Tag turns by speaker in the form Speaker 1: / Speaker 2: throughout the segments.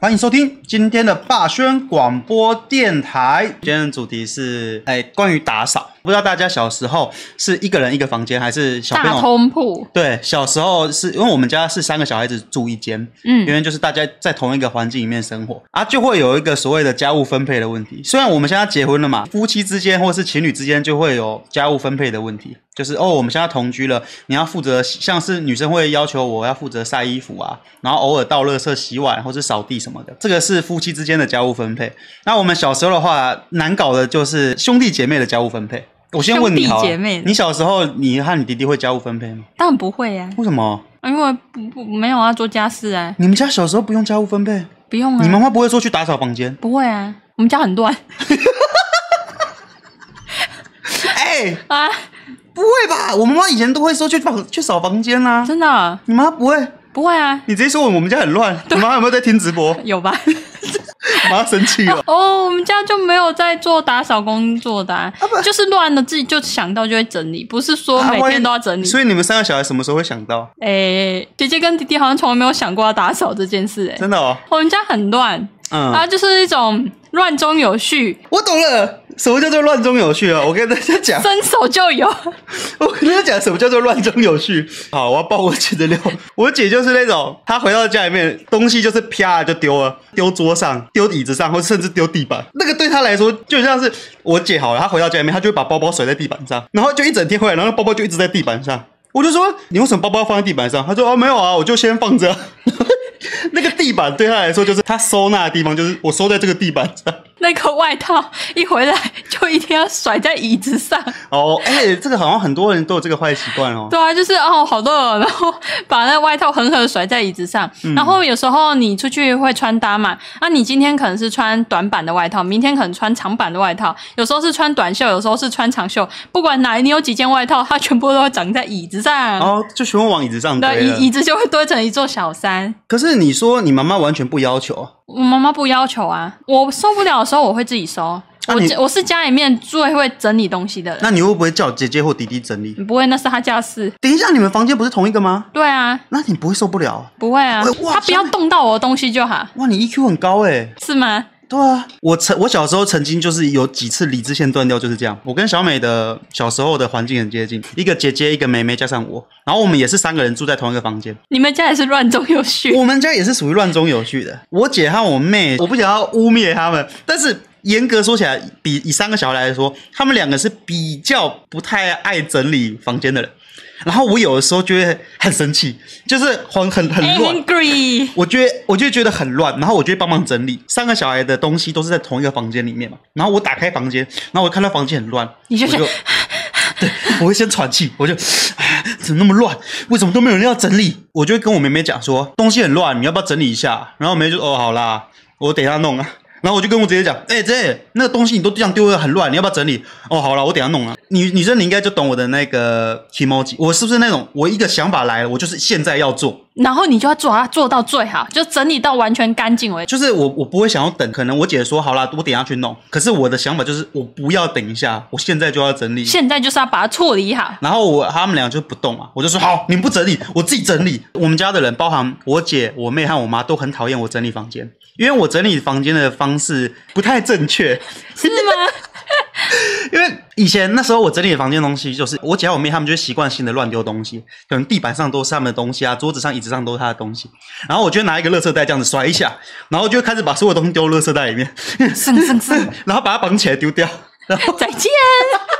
Speaker 1: 欢迎收听今天的霸轩广播电台。今天的主题是，哎，关于打扫。不知道大家小时候是一个人一个房间，还是小朋
Speaker 2: 大
Speaker 1: 友
Speaker 2: 通铺，
Speaker 1: 对，小时候是因为我们家是三个小孩子住一间，
Speaker 2: 嗯
Speaker 1: 因为就是大家在同一个环境里面生活啊，就会有一个所谓的家务分配的问题。虽然我们现在结婚了嘛，夫妻之间或是情侣之间就会有家务分配的问题，就是哦，我们现在同居了，你要负责，像是女生会要求我要负责晒衣服啊，然后偶尔倒垃圾、洗碗或是扫地什么的，这个是夫妻之间的家务分配。那我们小时候的话，难搞的就是兄弟姐妹的家务分配。我先问你好了啊
Speaker 2: 兄弟姐妹的
Speaker 1: 你小时候你和你弟弟会家务分配吗？
Speaker 2: 当然不会呀、
Speaker 1: 为什么？
Speaker 2: 因为不不没有要做家事啊，
Speaker 1: 你们家小时候不用家务分配？
Speaker 2: 不用啊，
Speaker 1: 你妈妈不会说去打扫房 间？
Speaker 2: 不会啊，我们家很乱
Speaker 1: 哎、
Speaker 2: 啊，
Speaker 1: 不会吧？我妈妈以前都会说去房去扫房间啦、
Speaker 2: 真的啊
Speaker 1: 你妈不会？
Speaker 2: 不会啊，
Speaker 1: 你直接说我们家很乱。你妈有没有在听直 播？
Speaker 2: 有吧？
Speaker 1: 妈生气了。
Speaker 2: 哦，我们家就没有在做打扫工作的、啊，就是乱了自己就想到就会整理，不是说每
Speaker 1: 啊万一
Speaker 2: 天都要整理。
Speaker 1: 所以你们三个小孩什么时候会想到？
Speaker 2: 诶，姐姐跟弟弟好像从来没有想过要打扫这件事、诶，
Speaker 1: 真的哦，
Speaker 2: 我们家很乱，
Speaker 1: 嗯，
Speaker 2: 啊，就是一种乱中有序，
Speaker 1: 我懂了，什么叫做乱中有序啊？我跟大家讲，
Speaker 2: 伸手就有。
Speaker 1: 我跟大家讲什么叫做乱中有序。好，我要爆我姐的料。 我姐就是那种，她回到家里面，东西就是啪就丢了，丢桌上、丢椅子上，或甚至丢地板。那个对她来说，就像是我姐好了，她回到家里面，她就会把包包甩在地板上，然后就一整天回来，然后包包就一直在地板上。我就说你为什么包包放在地板上？她说哦没有啊，我就先放着啊。 那个地板对她来说，就是她收纳的地方，就是我收在这个地板上。
Speaker 2: 那个外套一回来就一定要甩在椅子上，
Speaker 1: 哦，哎、这个好像很多人都有这个坏习惯哦。
Speaker 2: 对啊，就是哦好热 哦，然后把那外套狠狠地甩在椅子上。
Speaker 1: 嗯
Speaker 2: 然后有时候你出去会穿搭嘛，那、你今天可能是穿短版的外套，明天可能穿长版的外套，有时候是穿短袖，有时候是穿长袖，不管哪你有几件外套，它全部都会长在椅子上，
Speaker 1: 然后就全部往椅子上堆
Speaker 2: 对，啊
Speaker 1: 了。
Speaker 2: 椅椅子就会堆成一座小山。
Speaker 1: 可是你说你妈妈完全不要求，
Speaker 2: 我妈妈不要求啊，我受不了的时候我会自己收。
Speaker 1: 那
Speaker 2: 我
Speaker 1: 你
Speaker 2: 家我是家里面最会整理东西的人，
Speaker 1: 那你会不会叫姐姐或弟弟整理？
Speaker 2: 不会，那是她家事。
Speaker 1: 等一下，你们房间不是同一个吗？
Speaker 2: 对啊，
Speaker 1: 那你不会受不了啊？
Speaker 2: 不会啊
Speaker 1: 喂，哇
Speaker 2: 他不要动到我的东西就好，
Speaker 1: 哇，你 EQ 很高哎、
Speaker 2: 是吗？
Speaker 1: 对啊，我曾我小时候曾经就是有几次理智线断掉，就是这样。我跟小美的小时候的环境很接近，一个姐姐，一个妹妹，加上我，然后我们也是三个人住在同一个房间。
Speaker 2: 你们家也是乱中有序，
Speaker 1: 我们家也是属于乱中有序的。我姐和我妹，我不想要污蔑他们，但是严格说起来，比以三个小孩来说，他们两个是比较不太爱整理房间的人。然后我有的时候就会很生气，就是很很很
Speaker 2: 哎
Speaker 1: 乱。
Speaker 2: angry。
Speaker 1: 我觉得我就觉得很乱，然后我就会帮忙整理。三个小孩的东西都是在同一个房间里面嘛，然后我打开房间，然后我看到房间很乱，
Speaker 2: 你就
Speaker 1: 我
Speaker 2: 想
Speaker 1: 就对，我会先喘气，我就哎怎么那么乱？为什么都没有人要整理？我就会跟我妹妹讲说，东西很乱，你要不要整理一下？然后我妹就哦好啦，我等一下弄啊。然后我就跟我姐姐讲，哎、姐，那个东西你都这样丢的很乱，你要不要整理？哦，好了，我等一下弄啊。女女生你应该就懂我的那个 emoji，我是不是那种我一个想法来了，我就是现在要做，
Speaker 2: 然后你就要做它做到最好，就整理到完全干净为止。
Speaker 1: 就是我我不会想要等，可能我姐说好啦，我等一下去弄。可是我的想法就是我不要等一下，我现在就要整理。
Speaker 2: 现在就是要把它处理好，
Speaker 1: 然后我他们俩就不动嘛，我就说好，你们不整理，我自己整理。我们家的人，包含我姐、我妹和我妈，都很讨厌我整理房间，因为我整理房间的方式不太正确。
Speaker 2: 是吗？
Speaker 1: 因为以前那时候我整理房间的东西，就是我姐和我妹她们就会习惯性的乱丢东西，可能地板上都是他们的东西啊，桌子上、椅子上都是她的东西。然后我就会拿一个垃圾袋这样子甩一下，然后就会开始把所有东西丢垃圾袋里面。
Speaker 2: 剩剩剩，
Speaker 1: 然后把它绑起来丢掉。然后
Speaker 2: 再见，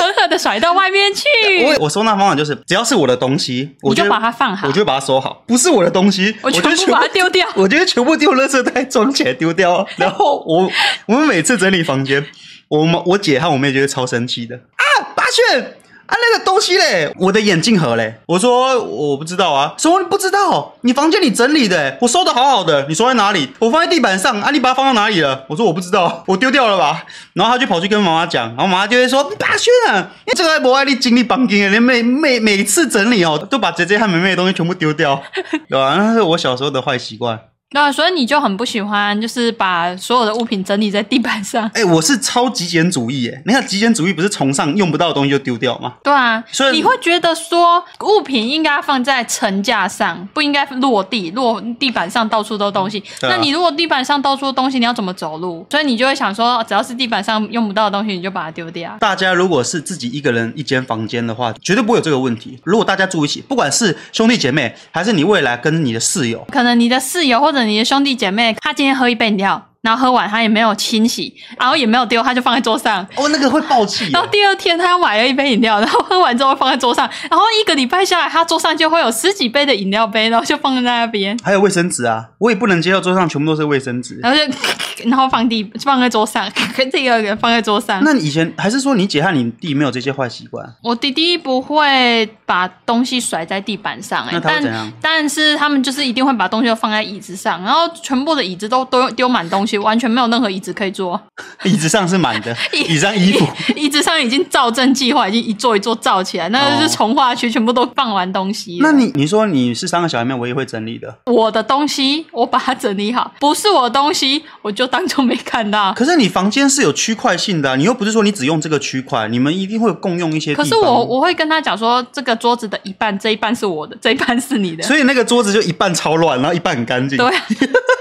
Speaker 2: 狠狠的甩到外面去，
Speaker 1: 我我收纳方法就是，只要是我的东西，我
Speaker 2: 你就
Speaker 1: 会
Speaker 2: 把它放好
Speaker 1: 我，就会把它收好。不是我的东西，
Speaker 2: 我全
Speaker 1: 就
Speaker 2: 部把它丢掉。
Speaker 1: 我就会全部丢垃圾袋装起来丢掉。然后我我们每次整理房间，我们我姐和我妹就会超生气的啊，八炫。啊，那个东西嘞，我的眼镜盒嘞，我说我不知道啊，什么你不知道？你房间里整理的、我收的好好的，你收在哪里？我放在地板上，啊，你把它放到哪里了？我说我不知道，我丢掉了吧。然后他就跑去跟妈妈讲，然后妈妈就会说：“大轩啊，你这个不爱你经理绑定，你每每每次整理哦，都把姐姐和妹妹的东西全部丢掉，对吧、那是我小时候的坏习惯。
Speaker 2: 对啊，所以你就很不喜欢，就是把所有的物品整理在地板上。
Speaker 1: 哎、我是超极简主义哎！你看极简主义不是崇尚用不到的东西就丢掉吗？
Speaker 2: 对啊，
Speaker 1: 所以
Speaker 2: 你会觉得说物品应该放在层架上，不应该落地，落地板上到处都东西。
Speaker 1: 对啊
Speaker 2: 那你如果地板上到处都东西，你要怎么走路？所以你就会想说，只要是地板上用不到的东西，你就把它丢掉。
Speaker 1: 大家如果是自己一个人一间房间的话，绝对不会有这个问题。如果大家住一起，不管是兄弟姐妹，还是你未来跟你的室友，
Speaker 2: 可能你的室友或者你的兄弟姐妹，他今天喝一杯饮料，然后喝完他也没有清洗，然后也没有丢，他就放在桌上。
Speaker 1: 哦，那个会爆气耶
Speaker 2: 然。后第二天他买了一杯饮料，然后喝完之后放在桌上，然后一个礼拜下来，他桌上就会有十几杯的饮料杯，然后就放在那边，
Speaker 1: 还有卫生纸啊，我也不能接受桌上全部都是卫生纸。
Speaker 2: 然后就 然后放地放在桌上，这个人放在桌上。
Speaker 1: 那你以前还是说你姐和你弟没有这些坏习惯？
Speaker 2: 我弟弟不会把东西甩在地板上、欸，
Speaker 1: 那
Speaker 2: 哎，
Speaker 1: 他会怎样
Speaker 2: 但但是他们就是一定会把东西都放在椅子上，然后全部的椅子都都丢满东西，完全没有任何椅子可以坐。
Speaker 1: 椅子上是满的，椅子上衣服。
Speaker 2: 椅子上已经造正计划，已经一座一座造起来，那就是从化区全部都放完东西了。
Speaker 1: 哦那你你说你是三个小孩里面唯一会整理的，
Speaker 2: 我的东西，我把它整理好，不是我的东西，我就当做没看到。
Speaker 1: 可是你房间是有区块性的啊、你又不是说你只用这个区块，你们一定会共用一些地
Speaker 2: 可
Speaker 1: 方。
Speaker 2: 是我我会跟他讲说，这个桌子的一半，这一半是我的，这一半是你的。
Speaker 1: 所以那个桌子就一半超乱，然后一半很干净。
Speaker 2: 对啊，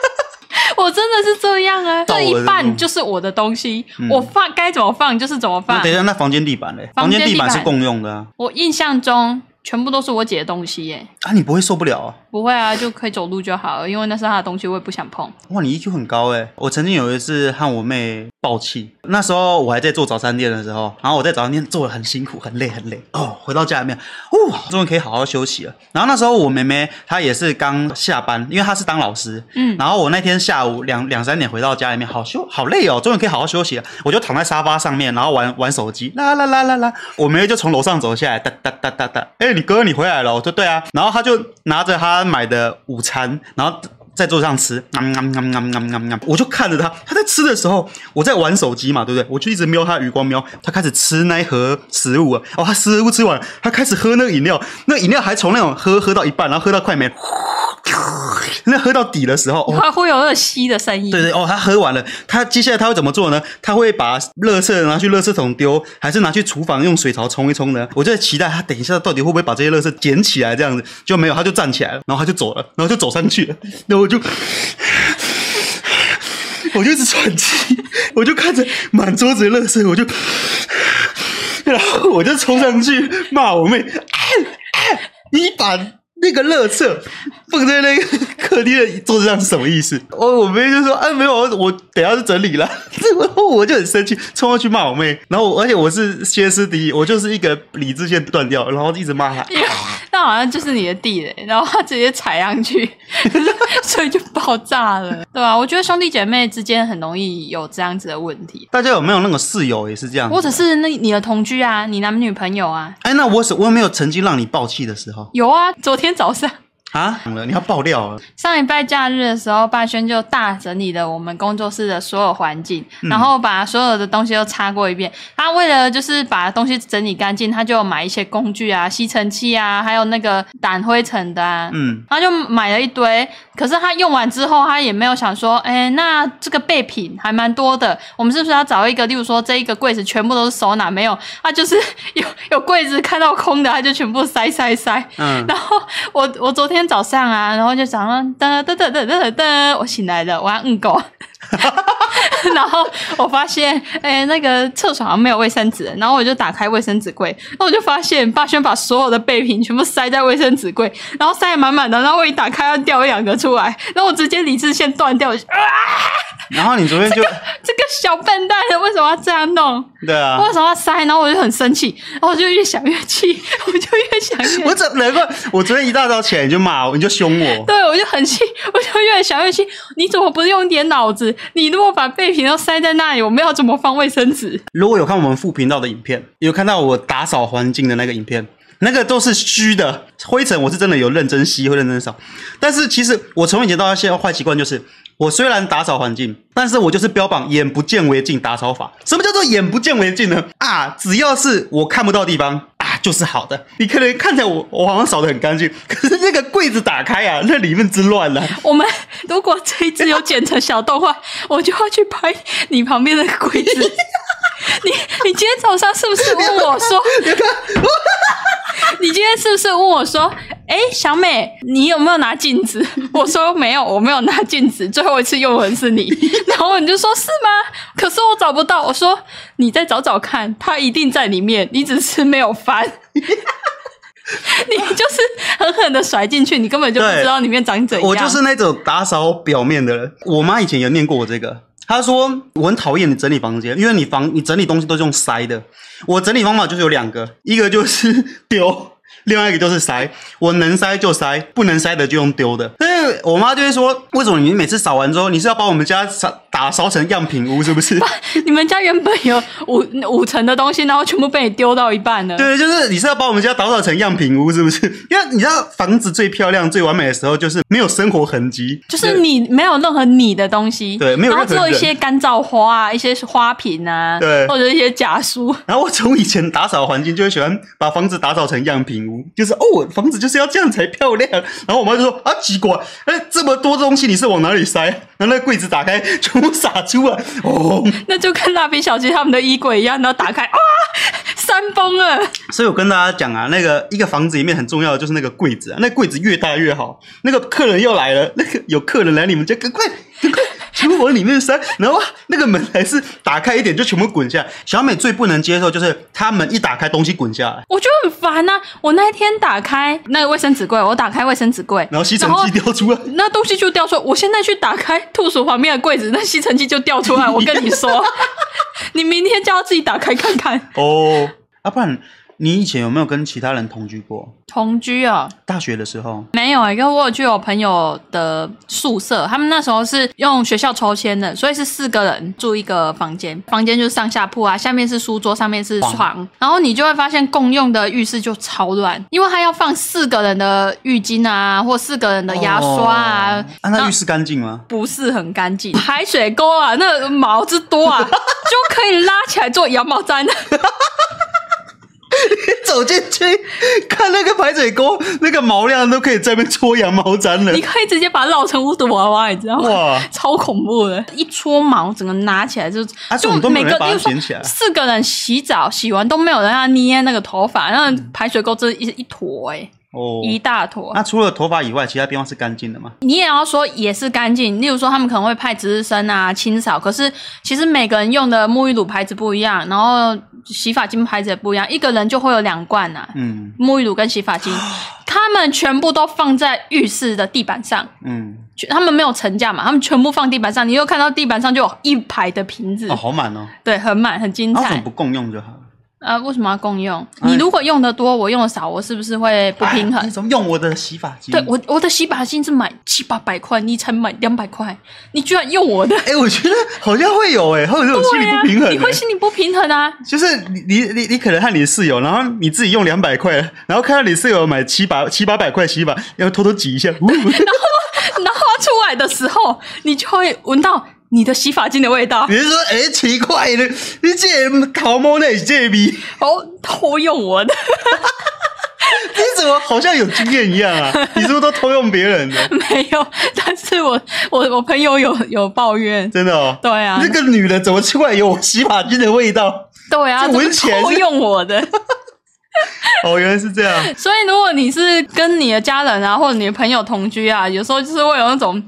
Speaker 2: 我真的是这样啊，
Speaker 1: 到我
Speaker 2: 这
Speaker 1: 的
Speaker 2: 一
Speaker 1: 那种嗯
Speaker 2: 半就是我的东西，我放该怎么放就是怎么
Speaker 1: 那
Speaker 2: 放
Speaker 1: 等。一下，那房间地板嘞？
Speaker 2: 房间
Speaker 1: 间地板
Speaker 2: 地板
Speaker 1: 是共用的啊！
Speaker 2: 我印象中全部都是我姐的东西耶、
Speaker 1: 啊，你不会受不了啊！
Speaker 2: 不会啊，就可以走路就好了，因为那是她的东西，我也不想碰。
Speaker 1: 哇，你 EQ 很高哎！我曾经有一次和我妹爆气，那时候我还在做早餐店的时候，然后我在早餐店做的很辛苦，很累很累哦。回到家里面，哇，终于可以好好休息了。然后那时候我妹妹她也是刚下班，因为她是当老师，
Speaker 2: 嗯
Speaker 1: 然后我那天下午两两三点回到家里面，好休好累哦，终于可以好好休息了。我就躺在沙发上面，然后玩玩手机，啦啦啦啦啦。我妹就从楼上走下来，哒哒哒哒哒。哎、你哥你回来了？我说对啊。然后她就拿着她买的午餐，然后。在桌上吃，嗯嗯嗯嗯嗯嗯嗯我就看着她，她在吃的时候，我在玩手机嘛，对不对？我就一直瞄她的余光瞄，她开始吃那一盒食物了。哦，她食物吃完了，她开始喝那个饮料，那饮料还从那种喝喝到一半，然后喝到快没，那喝到底的时候，哦，
Speaker 2: 会会有那个吸的声音，
Speaker 1: 对对哦，他喝完了，他接下来他会怎么做呢？他会把垃圾拿去垃圾桶丢，还是拿去厨房用水槽冲一冲呢？我就在期待他等一下到底会不会把这些垃圾捡起来，这样子就没有，他就站起来了，然后他就走了，然后就走上去了，那我就， 我就一直喘气，我就看着满桌子的垃圾，我就，然后我就冲上去骂我妹，啊啊你把那个乐色放在那个客厅的桌子上是什么意思？我我妹就说：“啊，没有，我等一下就整理了。”然后我就很生气，冲过去骂我妹。然后我而且我是歇斯底里，我就是一个理智线断掉，然后一直骂她。
Speaker 2: 因为 那好像就是你的地雷，然后他直接踩上去， 所以就爆炸了，对啊吧、我觉得兄弟姐妹之间很容易有这样子的问题，
Speaker 1: 大家有没有那个室友也是这样？
Speaker 2: 或者是那你的同居啊，你男女朋友啊，
Speaker 1: 哎，那我是我有没有曾经让你爆气的时候
Speaker 2: 有啊。昨天早上
Speaker 1: 啊？懂了，你要爆料了。
Speaker 2: 上礼拜假日的时候，霸轩就大整理了我们工作室的所有环境，然后把所有的东西都擦过一遍。他为了就是把东西整理干净，他就买一些工具啊，吸尘器啊，还有那个掸灰尘的啊。
Speaker 1: 嗯，
Speaker 2: 他就买了一堆，可是他用完之后，他也没有想说，哎、那这个备品还蛮多的，我们是不是要找一个，例如说这一个柜子全部都是手拿？没有，他就是有 有柜子看到空的，他就全部塞塞塞。
Speaker 1: 嗯
Speaker 2: 然后我我昨天早上啊，然后就早上噔噔噔噔噔噔，我醒来了，我要嗯狗。 然后我发现，哎、那个厕所好像没有卫生纸，然后我就打开卫生纸柜，然后我就发现霸轩把所有的备品全部塞在卫生纸柜，然后塞得满满的，然后我一打开要掉一两个出来，然后我直接理智线断掉，我就啊，
Speaker 1: 然后你昨天就、
Speaker 2: 这个小笨蛋啊为什么要这样弄？
Speaker 1: 对啊，
Speaker 2: 为什么要塞？然后我就很生气，然后我就越想越气， 我就越想越
Speaker 1: 我怎难怪我昨天一大早起来你就骂我，你就凶我。
Speaker 2: 对，我就很气， 我就越想越气。你怎么不用点脑子？你如果把备品都塞在那里，我们要怎么放卫生纸？
Speaker 1: 如果有看我们副频道的影片，有看到我打扫环境的那个影片，那个都是虚的，灰尘我是真的有认真吸，会认真扫。但是其实我从以前到现在坏习惯就是，我虽然打扫环境，但是我就是标榜眼不见为净打扫法。什么叫做眼不见为净呢？啊，只要是我看不到的地方啊，就是好的。你可能看起来我我好像扫的很干净，可是那个柜子打开啊，那里面之乱了、
Speaker 2: 我们如果这一次有剪成小动画，我就要去拍你旁边的柜子。 你你今天早上是不是问我说？你今天是不是问我说？哎、小美，你有没有拿镜子？我说没有，我没有拿镜子。最后一次用的 是你，然后你就说是吗？可是我找不到。我说你再找找看，它一定在里面，你只是没有翻。 你就是狠狠的甩进去，你根本就不
Speaker 1: 对
Speaker 2: 知道里面 长怎样。
Speaker 1: 我就是那种打扫表面的人。我妈以前也念过我这个，她说我很讨厌你整理房间，因为你房你整理东西都是用塞的。我整理方法就是有两个，一个就是丢。另外一个就是塞，我能塞就塞，不能塞的就用丢的。但是我妈就会说，为什么你每次扫完之后，你是要把我们家扫打扫成样品屋，是不 是？
Speaker 2: 你们家原本有五五层的东西，然后全部被你丢到一半了。
Speaker 1: 对，就是你是要把我们家打扫成样品屋，是不是？因为你知道房子最漂亮、最完美的时候，就是没有生活痕迹，
Speaker 2: 就是你没有任何你的东西，
Speaker 1: 对没有
Speaker 2: 然后
Speaker 1: 任何
Speaker 2: 只有一
Speaker 1: 人
Speaker 2: 些干燥花啊，一些花瓶啊，
Speaker 1: 对
Speaker 2: 或者一些假书，
Speaker 1: 然后我从以前打扫环境就会喜欢把房子打扫成样品屋，就是哦，我房子就是要这样才漂亮。然后我妈就说啊，奇怪，哎，这么多东西你是往哪里塞？然后那柜子打开，全部撒出来，哦。
Speaker 2: 那就跟蜡笔小新他们的衣柜一样，然后打开啊，山崩了，
Speaker 1: 所以我跟大家讲啊，那个一个房子里面很重要的就是那个柜子啊，那柜子越大越好。那个客人又来了，那个有客人来你们家，赶快赶快全部往里面塞。然后啊那个门还是打开一点就全部滚下来。小美最不能接受就是她门一打开东西滚下来，
Speaker 2: 我觉得很烦呐、啊我那一天打开那个卫生纸柜，我打开卫生纸柜，
Speaker 1: 然后吸尘器掉出来。
Speaker 2: 那东西就掉出来。我现在去打开兔鼠旁边的柜子，那吸尘器就掉出来。我跟你 说，你明天叫他自己打开看看。
Speaker 1: 哦， 啊，不然你以前有没有跟其他人同居过？
Speaker 2: 同居啊、
Speaker 1: 大学的时候，
Speaker 2: 没有、欸，因为我有去我朋友的宿舍，他们那时候是用学校抽签的，所以是四个人住一个房间，房间就是上下铺啊，下面是书桌，上面是床，然后你就会发现共用的浴室就超乱，因为它要放四个人的浴巾啊，或四个人的牙刷啊
Speaker 1: 哦，啊，那浴室干净吗？
Speaker 2: 不是很干净，排水沟啊，那毛之 多啊，就可以拉起来做羊毛毡。
Speaker 1: 走进去 看那个排水沟，那个毛量都可以在那边搓羊毛毡 了
Speaker 2: 你。可以直接把它绕成乌毒娃娃，你知道吗？
Speaker 1: 哇
Speaker 2: 超恐怖的，一撮毛整个拿起来就、
Speaker 1: 啊这
Speaker 2: 就
Speaker 1: 种都没有
Speaker 2: 每个
Speaker 1: 人把它
Speaker 2: 例如说
Speaker 1: 捡起来
Speaker 2: 四个人洗澡洗完都没有人要捏那个头发，然后排水沟这一一坨哎、
Speaker 1: 嗯哦，
Speaker 2: 一大坨。
Speaker 1: 那除了头发以外，其他地方是干净的吗？
Speaker 2: 你也要说也是干净，例如说他们可能会派值日生啊清扫，可是其实每个人用的沐浴乳牌子不一样，然后洗发精牌子也不一样，一个人就会有两罐啊。
Speaker 1: 嗯
Speaker 2: 沐浴乳跟洗 发精，他们全部都放在浴室的地板上，
Speaker 1: 嗯，
Speaker 2: 全他们没有层架嘛，他们全部放地板上，你又看到地板上就有一排的瓶子，
Speaker 1: 哦，好满哦，
Speaker 2: 对，很满，很嗯精
Speaker 1: 那为什
Speaker 2: 彩
Speaker 1: 么。不共用就好了？
Speaker 2: 啊、为什么要共用？
Speaker 1: 哎
Speaker 2: 你如果用的多，我用的少，我是不是会不平
Speaker 1: 哎
Speaker 2: 衡
Speaker 1: 你？怎么用我的洗发精？
Speaker 2: 对，我我的洗发精是买七八百块，你才买两百块，你居然用我的，
Speaker 1: 哎、我觉得好像会有哎、会有这种心理
Speaker 2: 对啊
Speaker 1: 不平衡、欸。
Speaker 2: 你会心里不平衡啊？
Speaker 1: 就是你你你你可能和你室友，然后你自己用两百块，然后看到你室友买七百七八百块洗发，然后偷偷挤一 下，呜
Speaker 2: 然后出来的时候，你就会闻到你的洗发精的味道
Speaker 1: 你，是说哎、奇怪的，你这桃猫那这逼，你
Speaker 2: 哦，偷用我的。
Speaker 1: 怎么好像有经验一样啊？你是不是都偷用别人的？
Speaker 2: 没有，但是我我我朋友有有抱怨，
Speaker 1: 真的哦，
Speaker 2: 对啊
Speaker 1: 这个女人怎么出来有我洗发精的味道？
Speaker 2: 对啊，
Speaker 1: 这
Speaker 2: 这
Speaker 1: 闻
Speaker 2: 是
Speaker 1: 起来
Speaker 2: 偷
Speaker 1: 是
Speaker 2: 用 我的。
Speaker 1: 哦，原来是这样，
Speaker 2: 所以如果你是跟你的家人啊，或者你的朋友同居啊，有时候就是会有那种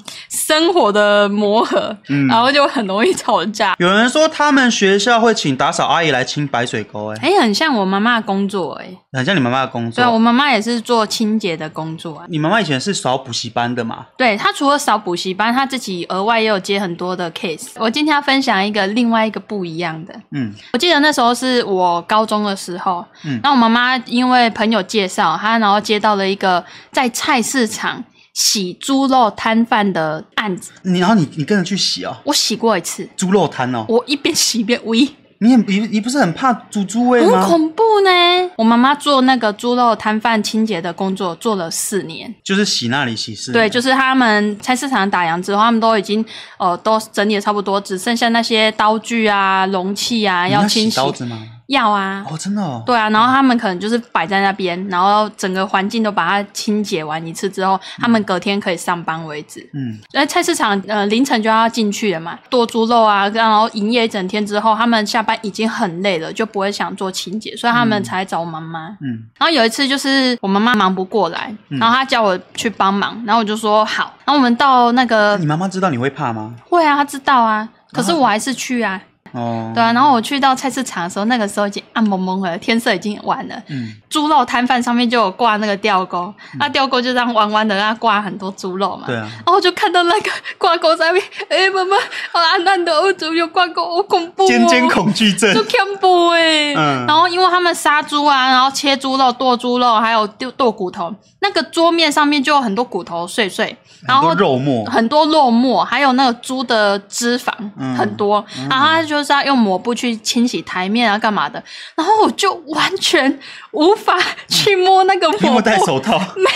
Speaker 2: 生活的磨合，
Speaker 1: 嗯
Speaker 2: 然后就很容易吵架。
Speaker 1: 有人说他们学校会请打扫阿姨来清白水沟、哎，
Speaker 2: 哎、很像我妈妈的工作哎、
Speaker 1: 很像你妈妈的工
Speaker 2: 对啊，我
Speaker 1: 作。
Speaker 2: 妈妈也是做清洁的工作啊。
Speaker 1: 你妈妈以前是扫补习班的嘛？
Speaker 2: 对她除了扫补习班，她自己额外也有接很多的 case。我今天要分享一个另外一个不一样的，
Speaker 1: 嗯
Speaker 2: 我记得那时候是我高中的时候，
Speaker 1: 嗯
Speaker 2: 那我妈妈因为朋友介绍，她然后接到了一个在菜市场洗猪肉摊贩的案子，
Speaker 1: 你然后你你跟着去洗哦，
Speaker 2: 我洗过一次，
Speaker 1: 猪肉摊哦。
Speaker 2: 我一边洗一边喂，
Speaker 1: 你很你你不是很怕猪猪味
Speaker 2: 很
Speaker 1: 吗？
Speaker 2: 恐怖呢。我妈妈做那个猪肉摊贩清洁的工作做了四年，
Speaker 1: 就是洗那里洗是？
Speaker 2: 对，就是他们菜市场打烊之后，他们都已经呃都整理的差不多，只剩下那些刀具啊、容器啊
Speaker 1: 你要
Speaker 2: 清洗。
Speaker 1: 刀子吗？
Speaker 2: 要啊，
Speaker 1: 哦，真的哦，
Speaker 2: 对啊，然后他们可能就是摆在那边，然后整个环境都把它清洁完一次之后，他们隔天可以上班为止。
Speaker 1: 嗯，
Speaker 2: 那菜市场呃凌晨就要进去了嘛，剁猪肉啊，然后营业一整天之后，他们下班已经很累了，就不会想做清洁，所以他们才找我妈妈。
Speaker 1: 嗯
Speaker 2: 然后有一次就是我妈妈忙不过来，
Speaker 1: 嗯
Speaker 2: 然后她叫我去帮忙，然后我就说好。然后我们到那
Speaker 1: 那
Speaker 2: 个
Speaker 1: 你妈妈知道你会怕吗？
Speaker 2: 会啊，她知道啊，可是我还是去啊，
Speaker 1: 哦，
Speaker 2: 对啊。然后我去到菜市场的时候，那个时候已经暗蒙蒙了，天色已经晚了。
Speaker 1: 嗯，
Speaker 2: 猪肉摊贩上面就有挂那个吊钩，那、吊钩就这样弯弯的，让它挂很多猪肉嘛。
Speaker 1: 对啊，
Speaker 2: 然后我就看到那个挂钩上面， 哎、妈妈，好暗暗的，我怎么有挂钩？好恐怖、哦！
Speaker 1: 尖尖恐惧症
Speaker 2: 就，恐怖哎、
Speaker 1: 嗯
Speaker 2: 然后因为他们杀猪啊，然后切猪肉、剁猪肉，还有丢剁骨头，那个桌面上面就有很多骨头碎碎，然后
Speaker 1: 很多肉末，
Speaker 2: 很多肉末，还有那个猪的脂肪、
Speaker 1: 嗯
Speaker 2: 很多，然后他就是要用抹布去清洗台面啊，干嘛的？然后我就完全无法去摸那个
Speaker 1: 你有没有
Speaker 2: 抹布，
Speaker 1: 戴手套？
Speaker 2: 没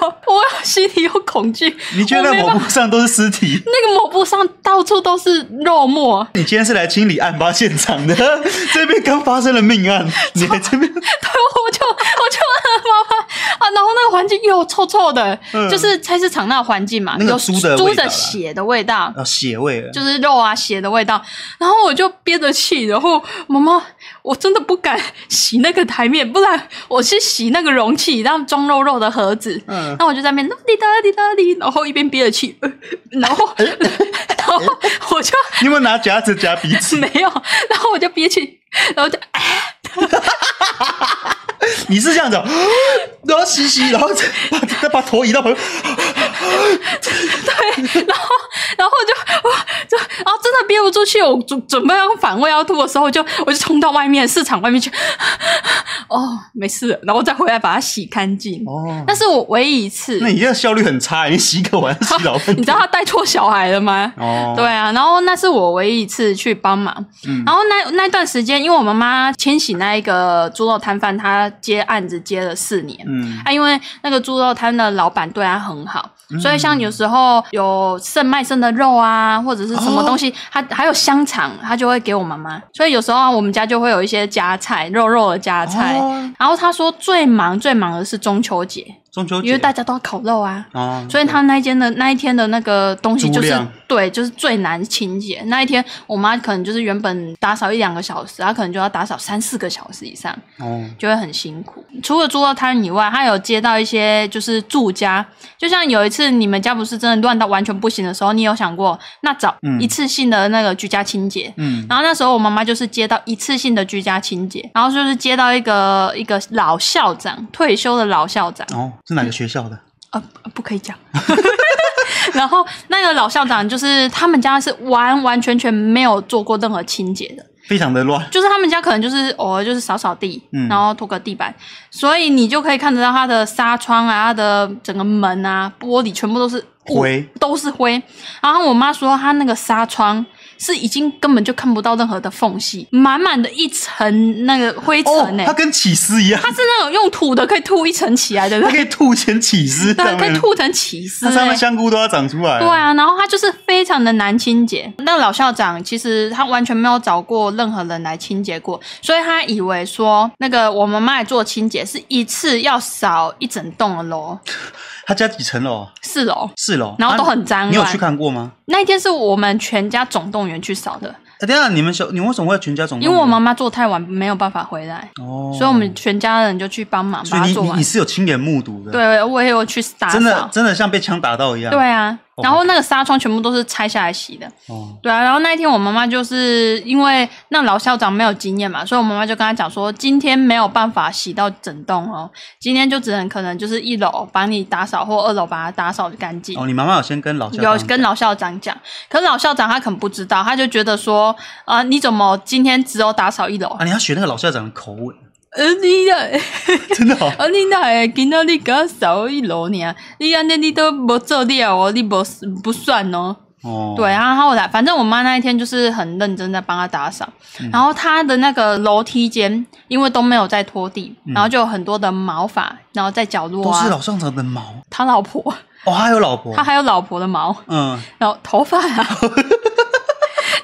Speaker 2: 有，我心里有恐惧。
Speaker 1: 你觉得
Speaker 2: 我没
Speaker 1: 那
Speaker 2: 办
Speaker 1: 抹
Speaker 2: 法
Speaker 1: 布上都是尸体？
Speaker 2: 那个抹布上到处都是肉末，
Speaker 1: 你今天是来清理案发现场的，这边刚发生了命案，你还这 边
Speaker 2: 对，我就我就妈妈啊，然后那个环境又臭臭的，
Speaker 1: 嗯
Speaker 2: 就是菜市场那个环境嘛，
Speaker 1: 那个
Speaker 2: 有
Speaker 1: 猪的
Speaker 2: 猪
Speaker 1: 味道
Speaker 2: 的
Speaker 1: 啦
Speaker 2: 血的味道，
Speaker 1: 啊血味了，
Speaker 2: 就是肉啊血的味道。然后我就憋着气，然后妈妈，我真的不敢洗那个台面，不然我去洗那个容器，让装肉肉的盒子。
Speaker 1: 嗯
Speaker 2: 那我就在那边滴答滴答滴，然后一边憋着气，呃然后然后我就
Speaker 1: 你有没有拿夹子夹鼻子？
Speaker 2: 没有，然后我就憋气，然后就哎
Speaker 1: 你是这样子哦， 然后吸吸，然后再把再把头移到旁边，
Speaker 2: 然后，然后我就哇，就然后真的憋不住气，我准准备要反胃要吐的时候，我就我就冲到外面市场外面去，哦，没事了，然后再回来把它洗干净。
Speaker 1: 哦
Speaker 2: 那是我唯一一次
Speaker 1: 那，你这个效率很差，你洗个碗洗老半
Speaker 2: 你
Speaker 1: 天
Speaker 2: 知 道他带错小孩了吗？
Speaker 1: 哦，
Speaker 2: 对，啊，然后那是我唯一一次去帮忙。
Speaker 1: 嗯
Speaker 2: 然后那那段时间，因为我妈妈迁徙那一个猪肉摊贩，她接案子接了四年。
Speaker 1: 嗯
Speaker 2: 啊，因为那个猪肉摊的老板对他很好，
Speaker 1: 嗯
Speaker 2: 所以像有时候有剩卖剩的肉啊，或者是什么东
Speaker 1: 哦
Speaker 2: 西，他还有香肠，他就会给我妈妈。所以有时候啊我们家就会有一些夹菜，肉肉的夹菜。
Speaker 1: 哦
Speaker 2: 然后他说最忙最忙的是中秋节，
Speaker 1: 中秋节，
Speaker 2: 因为大家都要烤肉啊。
Speaker 1: 哦，
Speaker 2: 所以他那一天的那一天的那个东西就
Speaker 1: 猪
Speaker 2: 是
Speaker 1: 量
Speaker 2: 对，就是最难清洁。那一天我妈可能就是原本打扫一两个小时，她可能就要打扫三四个小时以上。
Speaker 1: 哦，
Speaker 2: 就会很辛苦。除了猪肉摊以外，他有接到一些就是住家，就像有一次你们家不是真的乱到完全不行的时候，你有想过那找
Speaker 1: 嗯
Speaker 2: 一次性的那个居家清洁？
Speaker 1: 嗯
Speaker 2: 然后那时候我妈妈就是接到一次性的居家清洁，然后就是接到一个一个老校长，退休的老校长，
Speaker 1: 哦，是哪个学校的？
Speaker 2: 呃，不不可以讲。 然后那个老校长就是他们家是完完全全没有做过任何清洁的，
Speaker 1: 非常的乱，
Speaker 2: 就是他们家可能就是偶尔就是扫扫地，
Speaker 1: 嗯
Speaker 2: 然后拖个地板，所以你就可以看得到它的纱窗啊、它的整个门啊、玻璃全部都是雾
Speaker 1: 灰，
Speaker 2: 都是灰。然后我妈说，她那个纱窗是已经根本就看不到任何的缝隙，满满的一层那个灰
Speaker 1: 哦
Speaker 2: 尘呢、，
Speaker 1: 它跟起司一样，
Speaker 2: 它是那种用吐的，可以吐一层起来的，
Speaker 1: 它 可以吐成起司，
Speaker 2: 对，可以
Speaker 1: 上面
Speaker 2: 吐成起司、
Speaker 1: 它上
Speaker 2: 欸
Speaker 1: 面。香菇都要长出来，
Speaker 2: 对，啊，然后他就是非常的难清洁。那个老校长其实他完全没有找过任何人来清洁过，所以他以为说那个我们妈来做清洁是一次要扫一整栋的楼，
Speaker 1: 他家几层楼啊？
Speaker 2: 四楼。
Speaker 1: 四楼，
Speaker 2: 然后都
Speaker 1: 啊
Speaker 2: 很脏
Speaker 1: 你有
Speaker 2: 乱
Speaker 1: 去看过吗？
Speaker 2: 那一天是我们全家总动员去扫的，
Speaker 1: 哎，等一下你们小，你为什么会全家总动
Speaker 2: 因
Speaker 1: 员？
Speaker 2: 为我妈妈做太晚没有办法回来，
Speaker 1: 哦，
Speaker 2: 所以我们全家人就去帮忙
Speaker 1: 所
Speaker 2: 把
Speaker 1: 以
Speaker 2: 它
Speaker 1: 你
Speaker 2: 做
Speaker 1: 你
Speaker 2: 完
Speaker 1: 你。是有亲眼目睹的，，
Speaker 2: 对，我也有去打
Speaker 1: 真的
Speaker 2: 扫。
Speaker 1: 真的像被枪打到一样，
Speaker 2: 对，啊，
Speaker 1: 哦
Speaker 2: 然后那个纱窗全部都是拆下来洗的。
Speaker 1: 哦，
Speaker 2: 对啊，然后那一天我妈妈就是因为那老校长没有经验嘛，所以我妈妈就跟他讲说，今天没有办法洗到整栋哦，今天就只能可能就是一楼帮你打扫，或二楼把它打扫干净。
Speaker 1: 哦，你妈妈有先跟老校
Speaker 2: 有
Speaker 1: 长
Speaker 2: 跟老校长讲，可是老校长他可能不知道，他就觉得说，啊、你怎么今天只有打扫一楼？
Speaker 1: 啊，你要学那个老校长的口吻，
Speaker 2: 呃，你的，
Speaker 1: 真的哦，
Speaker 2: 啊，你哪会今仔你给我扫一楼呢？你安尼你都无做了哦，你无不算哦。
Speaker 1: 哦，
Speaker 2: 对，，然后后来，反正我妈那一天就是很认真在帮她打扫，
Speaker 1: 嗯
Speaker 2: 然后她的那个楼梯间，因为都没有在拖地，然后就有很多的毛发，然后在角落
Speaker 1: 嗯都是
Speaker 2: 啊，
Speaker 1: 老哦校长的毛，
Speaker 2: 他老婆，
Speaker 1: 哦，他有老婆
Speaker 2: 他，还有老婆的毛，
Speaker 1: 嗯，
Speaker 2: 然后头发啊，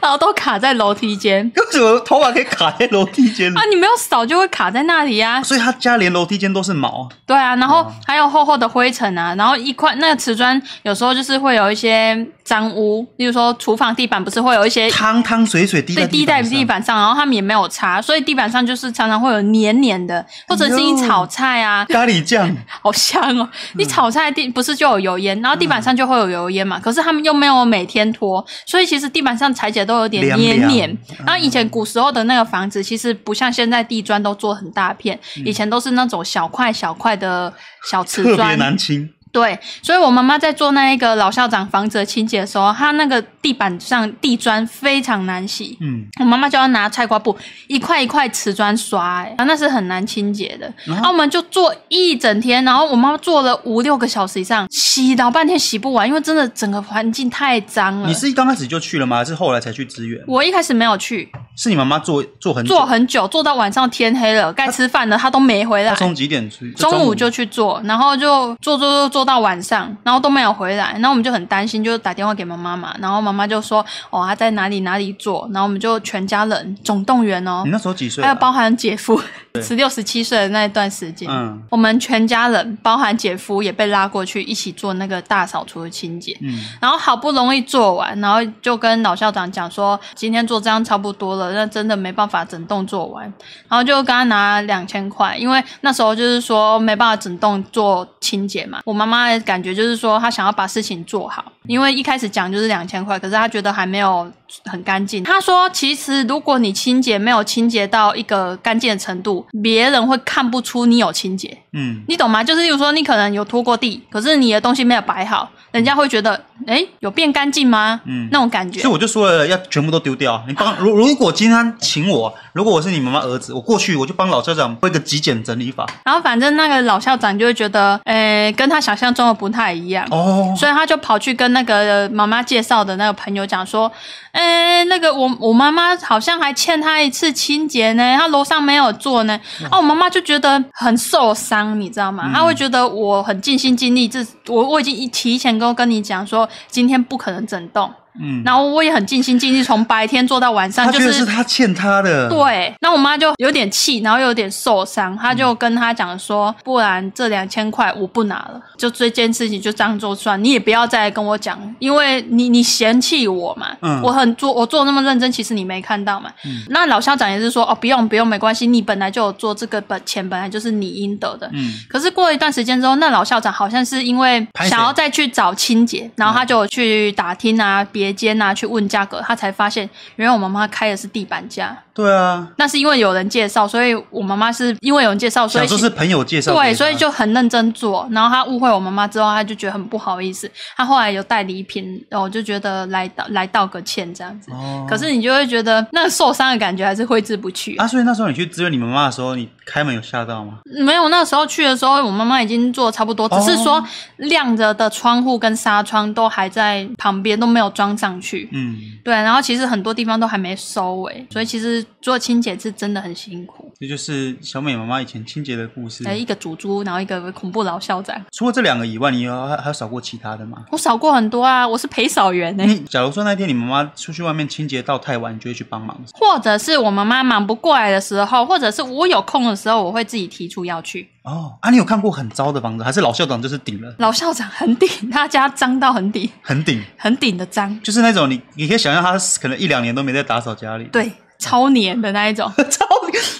Speaker 2: 然后都卡在楼梯间
Speaker 1: 为什么头发可以卡在楼梯间
Speaker 2: 啊，？你没有扫就会卡在那里呀、啊。
Speaker 1: 所以他家连楼梯间都是毛，
Speaker 2: 对啊，然
Speaker 1: 哦
Speaker 2: 后还有厚厚的灰尘啊，然后一块那个瓷砖有时候就是会有一些脏污，例如说厨房地板不是会有一些
Speaker 1: 汤汤水水滴在
Speaker 2: 对滴在
Speaker 1: 板上
Speaker 2: 地板上，然后他们也没有擦，所以地板上就是常常会有黏黏的，或者是你炒菜啊，
Speaker 1: 咖喱酱，
Speaker 2: 好香哦！
Speaker 1: 嗯
Speaker 2: 你炒菜地不是就有油烟，然后地板上就会有油烟嘛。可是他们又没有每天拖，所以其实地板上踩起来都有点
Speaker 1: 凉
Speaker 2: 黏
Speaker 1: 凉
Speaker 2: 黏。然后以前古时候的那个房子，其实不像现在地砖都做很大片，以前都是那种小块小块的小 瓷
Speaker 1: 嗯特别
Speaker 2: 砖，
Speaker 1: 难清。
Speaker 2: 对，所以我妈妈在做那一个老校长房子的清洁的时候，她那个地板上地砖非常难洗。
Speaker 1: 嗯，
Speaker 2: 我妈妈就要拿菜瓜布一块一块瓷砖刷、欸，啊，那是很难清洁的。
Speaker 1: 然
Speaker 2: 然
Speaker 1: 后
Speaker 2: 后我们就做一整天，然后我妈妈做了五六个小时以上，洗老半天洗不完，因为真的整个环境太脏了
Speaker 1: 你。是一刚开始就去了吗？还是后来才去支援？
Speaker 2: 我一开始没有去，
Speaker 1: 是你妈妈做做很久，
Speaker 2: 做很久，做到晚上天黑了，该吃饭了，她都没回来
Speaker 1: 她。从几点去？
Speaker 2: 中午就去做，然后就做做做做到晚上，然后都没有回来，然后我们就很担心，就打电话给妈妈嘛，然后妈妈就说哦她在哪里哪里做，然后我们就全家人总动员哦
Speaker 1: 你，那时候几岁
Speaker 2: 还
Speaker 1: 啊？
Speaker 2: 有包含姐夫十六十七岁的那一段时间，
Speaker 1: 嗯
Speaker 2: 我们全家人包含姐夫也被拉过去一起做那个大扫除的清洁。
Speaker 1: 嗯，
Speaker 2: 然后好不容易做完，然后就跟老校长讲说，今天做这样差不多了，那真的没办法整栋做完，然后就跟他拿两千块，因为那时候就是说没办法整栋做清洁嘛。我妈妈的感觉就是说，她想要把事情做好，因为一开始讲就是两千块，可是她觉得还没有很干净。她说，其实如果你清洁没有清洁到一个干净的程度，别人会看不出你有清洁。
Speaker 1: 嗯，
Speaker 2: 你懂吗？就是，例如说，你可能有拖过地，可是你的东西没有摆好，人家会觉得，哎，有变干净吗？
Speaker 1: 嗯
Speaker 2: 那种感觉
Speaker 1: 所以。我就说了，要全部都丢掉。你帮如如果今天请我，如果我是你妈妈儿子，我过去我就帮老校长会个极简整理法。
Speaker 2: 然后，反正那个老校长就会觉得，哎，跟他想象中的不太一样，
Speaker 1: 哦，
Speaker 2: 所以他就跑去跟那个妈妈介绍的那个朋友讲说，哎，那个我我妈妈好像还欠他一次清洁呢，他楼上没有做呢。
Speaker 1: 嗯
Speaker 2: 啊，我妈妈就觉得很受伤，你知道吗？她会觉得我很尽心尽力，这我我已经提前跟跟你讲说，今天不可能整栋。
Speaker 1: 嗯，
Speaker 2: 然后我也很尽心尽力，从白天做到晚上，
Speaker 1: 他
Speaker 2: 就
Speaker 1: 觉得是
Speaker 2: 是。
Speaker 1: 他欠他的。，
Speaker 2: 对，那我妈就有点气，然后又有点受伤，她就跟她讲说，不然这两千块我不拿了，就这件事情就这样做算，你也不要再来跟我讲，因为你你嫌弃我嘛，
Speaker 1: 嗯
Speaker 2: 我很做我做那么认真，其实你没看到嘛。那老校长也是说，哦，不用不用，没关系，你本来就有做这个本钱，本来就是你应得的，
Speaker 1: 嗯，
Speaker 2: 可是过了一段时间之后，那老校长好像是因为
Speaker 1: 拍谁
Speaker 2: 想要再去找清洁，
Speaker 1: 嗯
Speaker 2: 然后他就有去打听啊、别间啊去问价格，他才发现原来我妈妈开的是地板价。
Speaker 1: 对啊，
Speaker 2: 那是因为有人介绍，所以我妈妈是因为有人介绍，所
Speaker 1: 想
Speaker 2: 以
Speaker 1: 说
Speaker 2: 其
Speaker 1: 是朋友介绍给他，
Speaker 2: 对，所以就很认真做。然后他误会我妈妈之后，他就觉得很不好意思。他后来有带礼品，然后我就觉得来道来道个歉这样子。
Speaker 1: 哦
Speaker 2: 可是你就会觉得那个受伤的感觉还是挥之不去啊
Speaker 1: 啊，所以那时候你去支援你妈妈的时候，你开门有吓到吗？
Speaker 2: 没有，那时候去的时候，我妈妈已经做得差不多，只是说
Speaker 1: 哦
Speaker 2: 亮着的窗户跟纱窗都还在旁边，都没有装上去。
Speaker 1: 嗯，
Speaker 2: 对，然后其实很多地方都还没收尾，所以其实做清洁是真的很辛苦。
Speaker 1: 这就是小美妈妈以前清洁的故事。
Speaker 2: 呃，一个煮猪，然后一个恐怖老校长，
Speaker 1: 除了这两个以外，你有还还有扫过其他的吗？
Speaker 2: 我扫过很多啊，我是陪扫员呢、
Speaker 1: 你假如说那天你妈妈出去外面清洁到太晚，你就会去帮忙。
Speaker 2: 或者是我妈妈忙不过来的时候，或者是我有空的时候，我会自己提出要去。
Speaker 1: 哦，啊，你有看过很糟的房子，还是老校长就是顶了，
Speaker 2: 老校长很顶，他家脏到很顶，
Speaker 1: 很顶，
Speaker 2: 很顶的脏，
Speaker 1: 就是那种你你可以想象他可能一两年都没在打扫家里，，
Speaker 2: 对，超黏的那一种。
Speaker 1: 超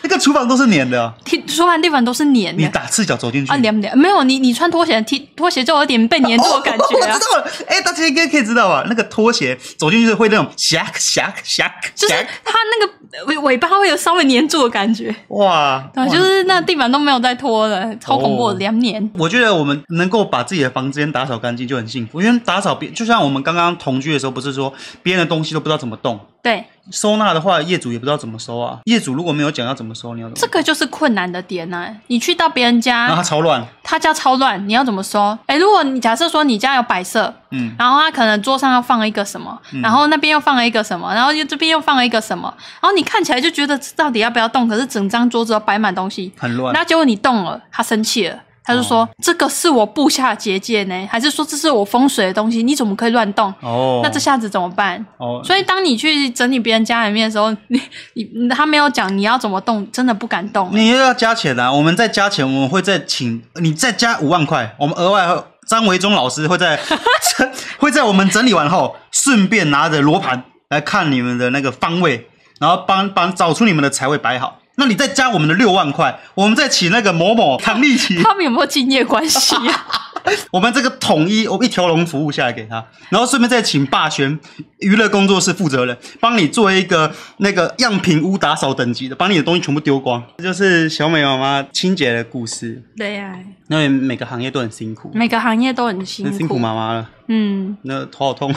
Speaker 1: 那个厨房都是粘的，啊
Speaker 2: 地说完地板都是黏
Speaker 1: 你
Speaker 2: 的
Speaker 1: 打赤脚走进去
Speaker 2: 啊，黏黏没有你你穿拖鞋踢拖鞋就有 点被黏住的感觉
Speaker 1: 哦我
Speaker 2: 啊，
Speaker 1: 知道了，哎、大家应该可以知道啊吧？那个拖鞋走进去会那种响响响
Speaker 2: 就是
Speaker 1: 响，
Speaker 2: 它那个尾尾巴会有稍微黏住的感觉，
Speaker 1: 哇！
Speaker 2: 对，
Speaker 1: 哇
Speaker 2: 啊就是那地板都没有在拖了，超恐怖
Speaker 1: 哦
Speaker 2: 的，黏黏。
Speaker 1: 我觉得我们能够把自己的房间打扫干净就很幸福，因为打扫别就像我们刚刚同居的时候，不是说别人的东西都不知道怎么动，
Speaker 2: 对，
Speaker 1: 收纳的话，业主也不知道怎么收啊。业主如果没有讲要怎么收，你要怎么？
Speaker 2: 这个就是困难的点呢、你去到别人
Speaker 1: 然后
Speaker 2: 家
Speaker 1: 它，超 乱，
Speaker 2: 他家超乱，你要怎么收？哎，如果你假设说你家有摆设，
Speaker 1: 嗯，
Speaker 2: 然后他可能桌上要放一个什么，然后那边又放了一个什么，然后又这边又放了一个什么，然后你看起来就觉得这到底要不要动？可是整张桌子都摆满东西，
Speaker 1: 很乱。
Speaker 2: 那结果你动了，他生气了，他就说、这个是我布下结界呢，还是说这是我风水的东西？你怎么可以乱动？
Speaker 1: 哦，
Speaker 2: 那这下子怎么办？
Speaker 1: 哦，
Speaker 2: 所以，当你去整理别人家里面的时候，你你他没有讲你要怎么动，真的不敢动、
Speaker 1: 你又要加钱啊！我们再加钱，我们会再请你再加五万块，我们额外会张维忠老师会在 整会在我们整理完后，顺便拿着罗盘来看你们的那个方位，然后帮帮找出你们的财位摆好。那你再加我们的六万块，我们再请那个某某唐立奇，
Speaker 2: 他们有没有敬业关系啊？
Speaker 1: 我们这个统一我一条龙服务下来给他，然后顺便再请霸权娱乐工作室负责人帮你做一个那个样品屋打扫等级的，把你的东西全部丢光。这就是小美妈妈清洁的故事。
Speaker 2: 对呀、
Speaker 1: 因为每个行业都很辛苦，
Speaker 2: 每个行业都很辛
Speaker 1: 很
Speaker 2: 苦。
Speaker 1: 辛苦妈妈了，
Speaker 2: 嗯，
Speaker 1: 那头好痛。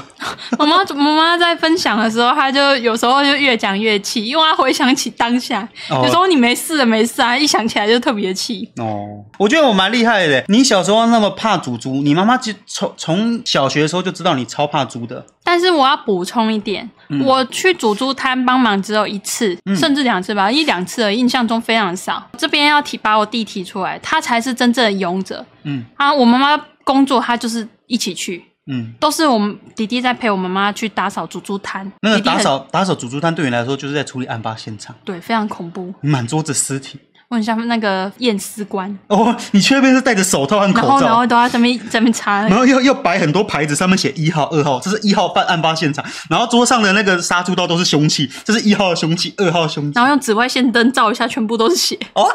Speaker 2: 我妈我妈在分享的时候，她就有时候就越讲越气，因为她回想起当下，
Speaker 1: 哦
Speaker 2: 有时候你没事了没事啊，一想起来就特别气。
Speaker 1: 哦，我觉得我蛮厉害的。你小时候那么怕猪猪，你妈妈就从从小学的时候就知道你超怕猪的。
Speaker 2: 但是我要补充一点，
Speaker 1: 嗯
Speaker 2: 我去煮猪摊帮忙只有一次，甚至两次吧，一两次而已，印象中非常少。这边要提把我弟提出来，他才是真正的勇者。
Speaker 1: 嗯
Speaker 2: 啊，我妈妈工作，她就是一起去，
Speaker 1: 嗯，
Speaker 2: 都是我们弟弟在陪我妈妈去打扫煮猪摊。
Speaker 1: 那个
Speaker 2: 弟弟
Speaker 1: 打
Speaker 2: 很
Speaker 1: 扫打扫煮猪摊对你来说就是在处理案发现场，
Speaker 2: 对非常恐怖，
Speaker 1: 你满桌子尸体。
Speaker 2: 问一下那个验尸官，
Speaker 1: 哦，你确定是戴着手套和
Speaker 2: 然
Speaker 1: 口
Speaker 2: 后
Speaker 1: 罩？嗯
Speaker 2: 然后都要这边这边查那个
Speaker 1: 然后又又摆很多牌子，上面写一号、二号，这是一号办案发现场。然后桌上的那个杀猪刀都是凶器，这是一号凶器、二号凶器。
Speaker 2: 然后用紫外线灯照一下，全部都是血。
Speaker 1: 哦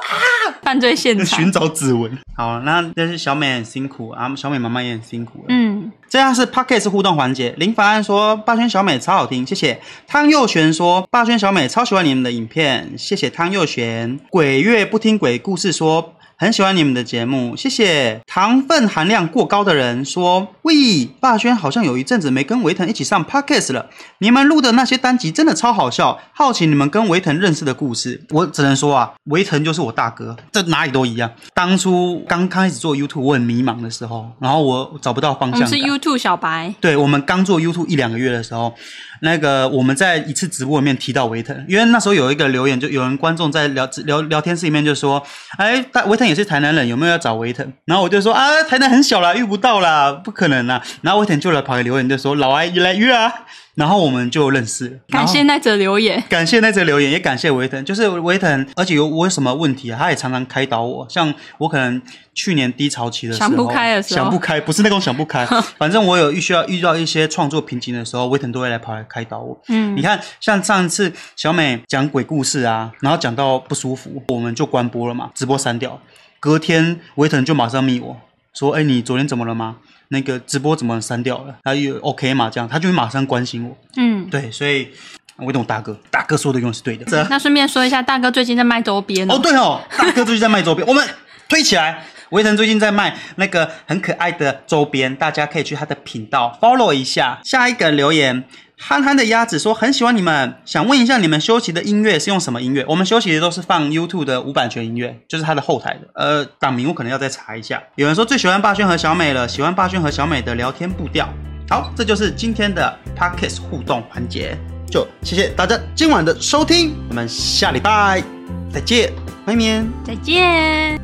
Speaker 2: 犯罪现场。
Speaker 1: 寻找指纹。好，那但是小美很辛苦啊，小美妈妈也很辛苦。嗯，
Speaker 2: 嗯，
Speaker 1: 这样是 podcast 互动环节。林凡安说：“霸轩小美超好听，谢谢。”汤佑璇说：“霸轩小美超喜欢你们的影片，谢谢汤佑璇。”鬼月不听鬼故事说。很喜欢你们的节目，谢谢。糖分含量过高的人说：“喂，霸轩好像有一阵子没跟维腾一起上 podcast 了。你们录的那些单集真的超好笑，好奇你们跟维腾认识的故事。我只能说啊，维腾就是我大哥，这哪里都一样。当初刚开始做 YouTube，我很迷茫的时候，然后我找不到方
Speaker 2: 我
Speaker 1: 向感。
Speaker 2: 们是 YouTube 小白，
Speaker 1: 对我们刚做 YouTube 一两个月的时候，那个我们在一次直播里面提到维腾，因为那时候有一个留言，就有人观众在聊聊聊天室里面就说：“哎，大维腾也是台南人，有没有要找维腾？”然后我就说：“啊，台南很小啦，遇不到啦，不可能啦。”然后维腾就来跑来留言，就说：“老爱来约啊！”然后我们就认识了，然
Speaker 2: 感
Speaker 1: 后
Speaker 2: 谢那则留言。
Speaker 1: 感谢那则留言，也感谢维腾。就是维腾，而且有我有什么问题、啊，他也常常开导我。像我可能去年低潮期的时候，
Speaker 2: 想不开的时候
Speaker 1: 想不开，不是那种想不 开，反正我有遇需要遇到一些创作瓶颈的时候，维腾都会来跑来开导我。
Speaker 2: 嗯
Speaker 1: 你，看，像上一次小美讲鬼故事啊，然后讲到不舒服，我们就关播了嘛，直播删掉。隔天维腾就马上密我说：“哎、你昨天怎么了吗？那个直播怎么删掉了？”他又 OK 嘛，这样他就会马上关心我。
Speaker 2: 嗯。
Speaker 1: 对，所以我懂大哥，大哥说的永远是对的。
Speaker 2: 那顺便说一下，大哥最近在卖周边
Speaker 1: 哦，
Speaker 2: 哦，
Speaker 1: 对哦，大哥最近在卖周边，我们推起来。维腾最近在卖那个很可爱的周边，大家可以去他的频道 follow 一下。下一个留言，憨憨的鸭子说很喜欢你们，想问一下你们休息的音乐是用什么音乐？我们休息的都是放 YouTube 的无版权音乐，就是它的后台的。呃，档名我可能要再查一下。有人说最喜欢霸轩和小美了，喜欢霸轩和小美的聊天步调。好，这就是今天的 Podcast 互动环节，就谢谢大家今晚的收听，我们下礼拜再见，拜拜。
Speaker 2: 再见。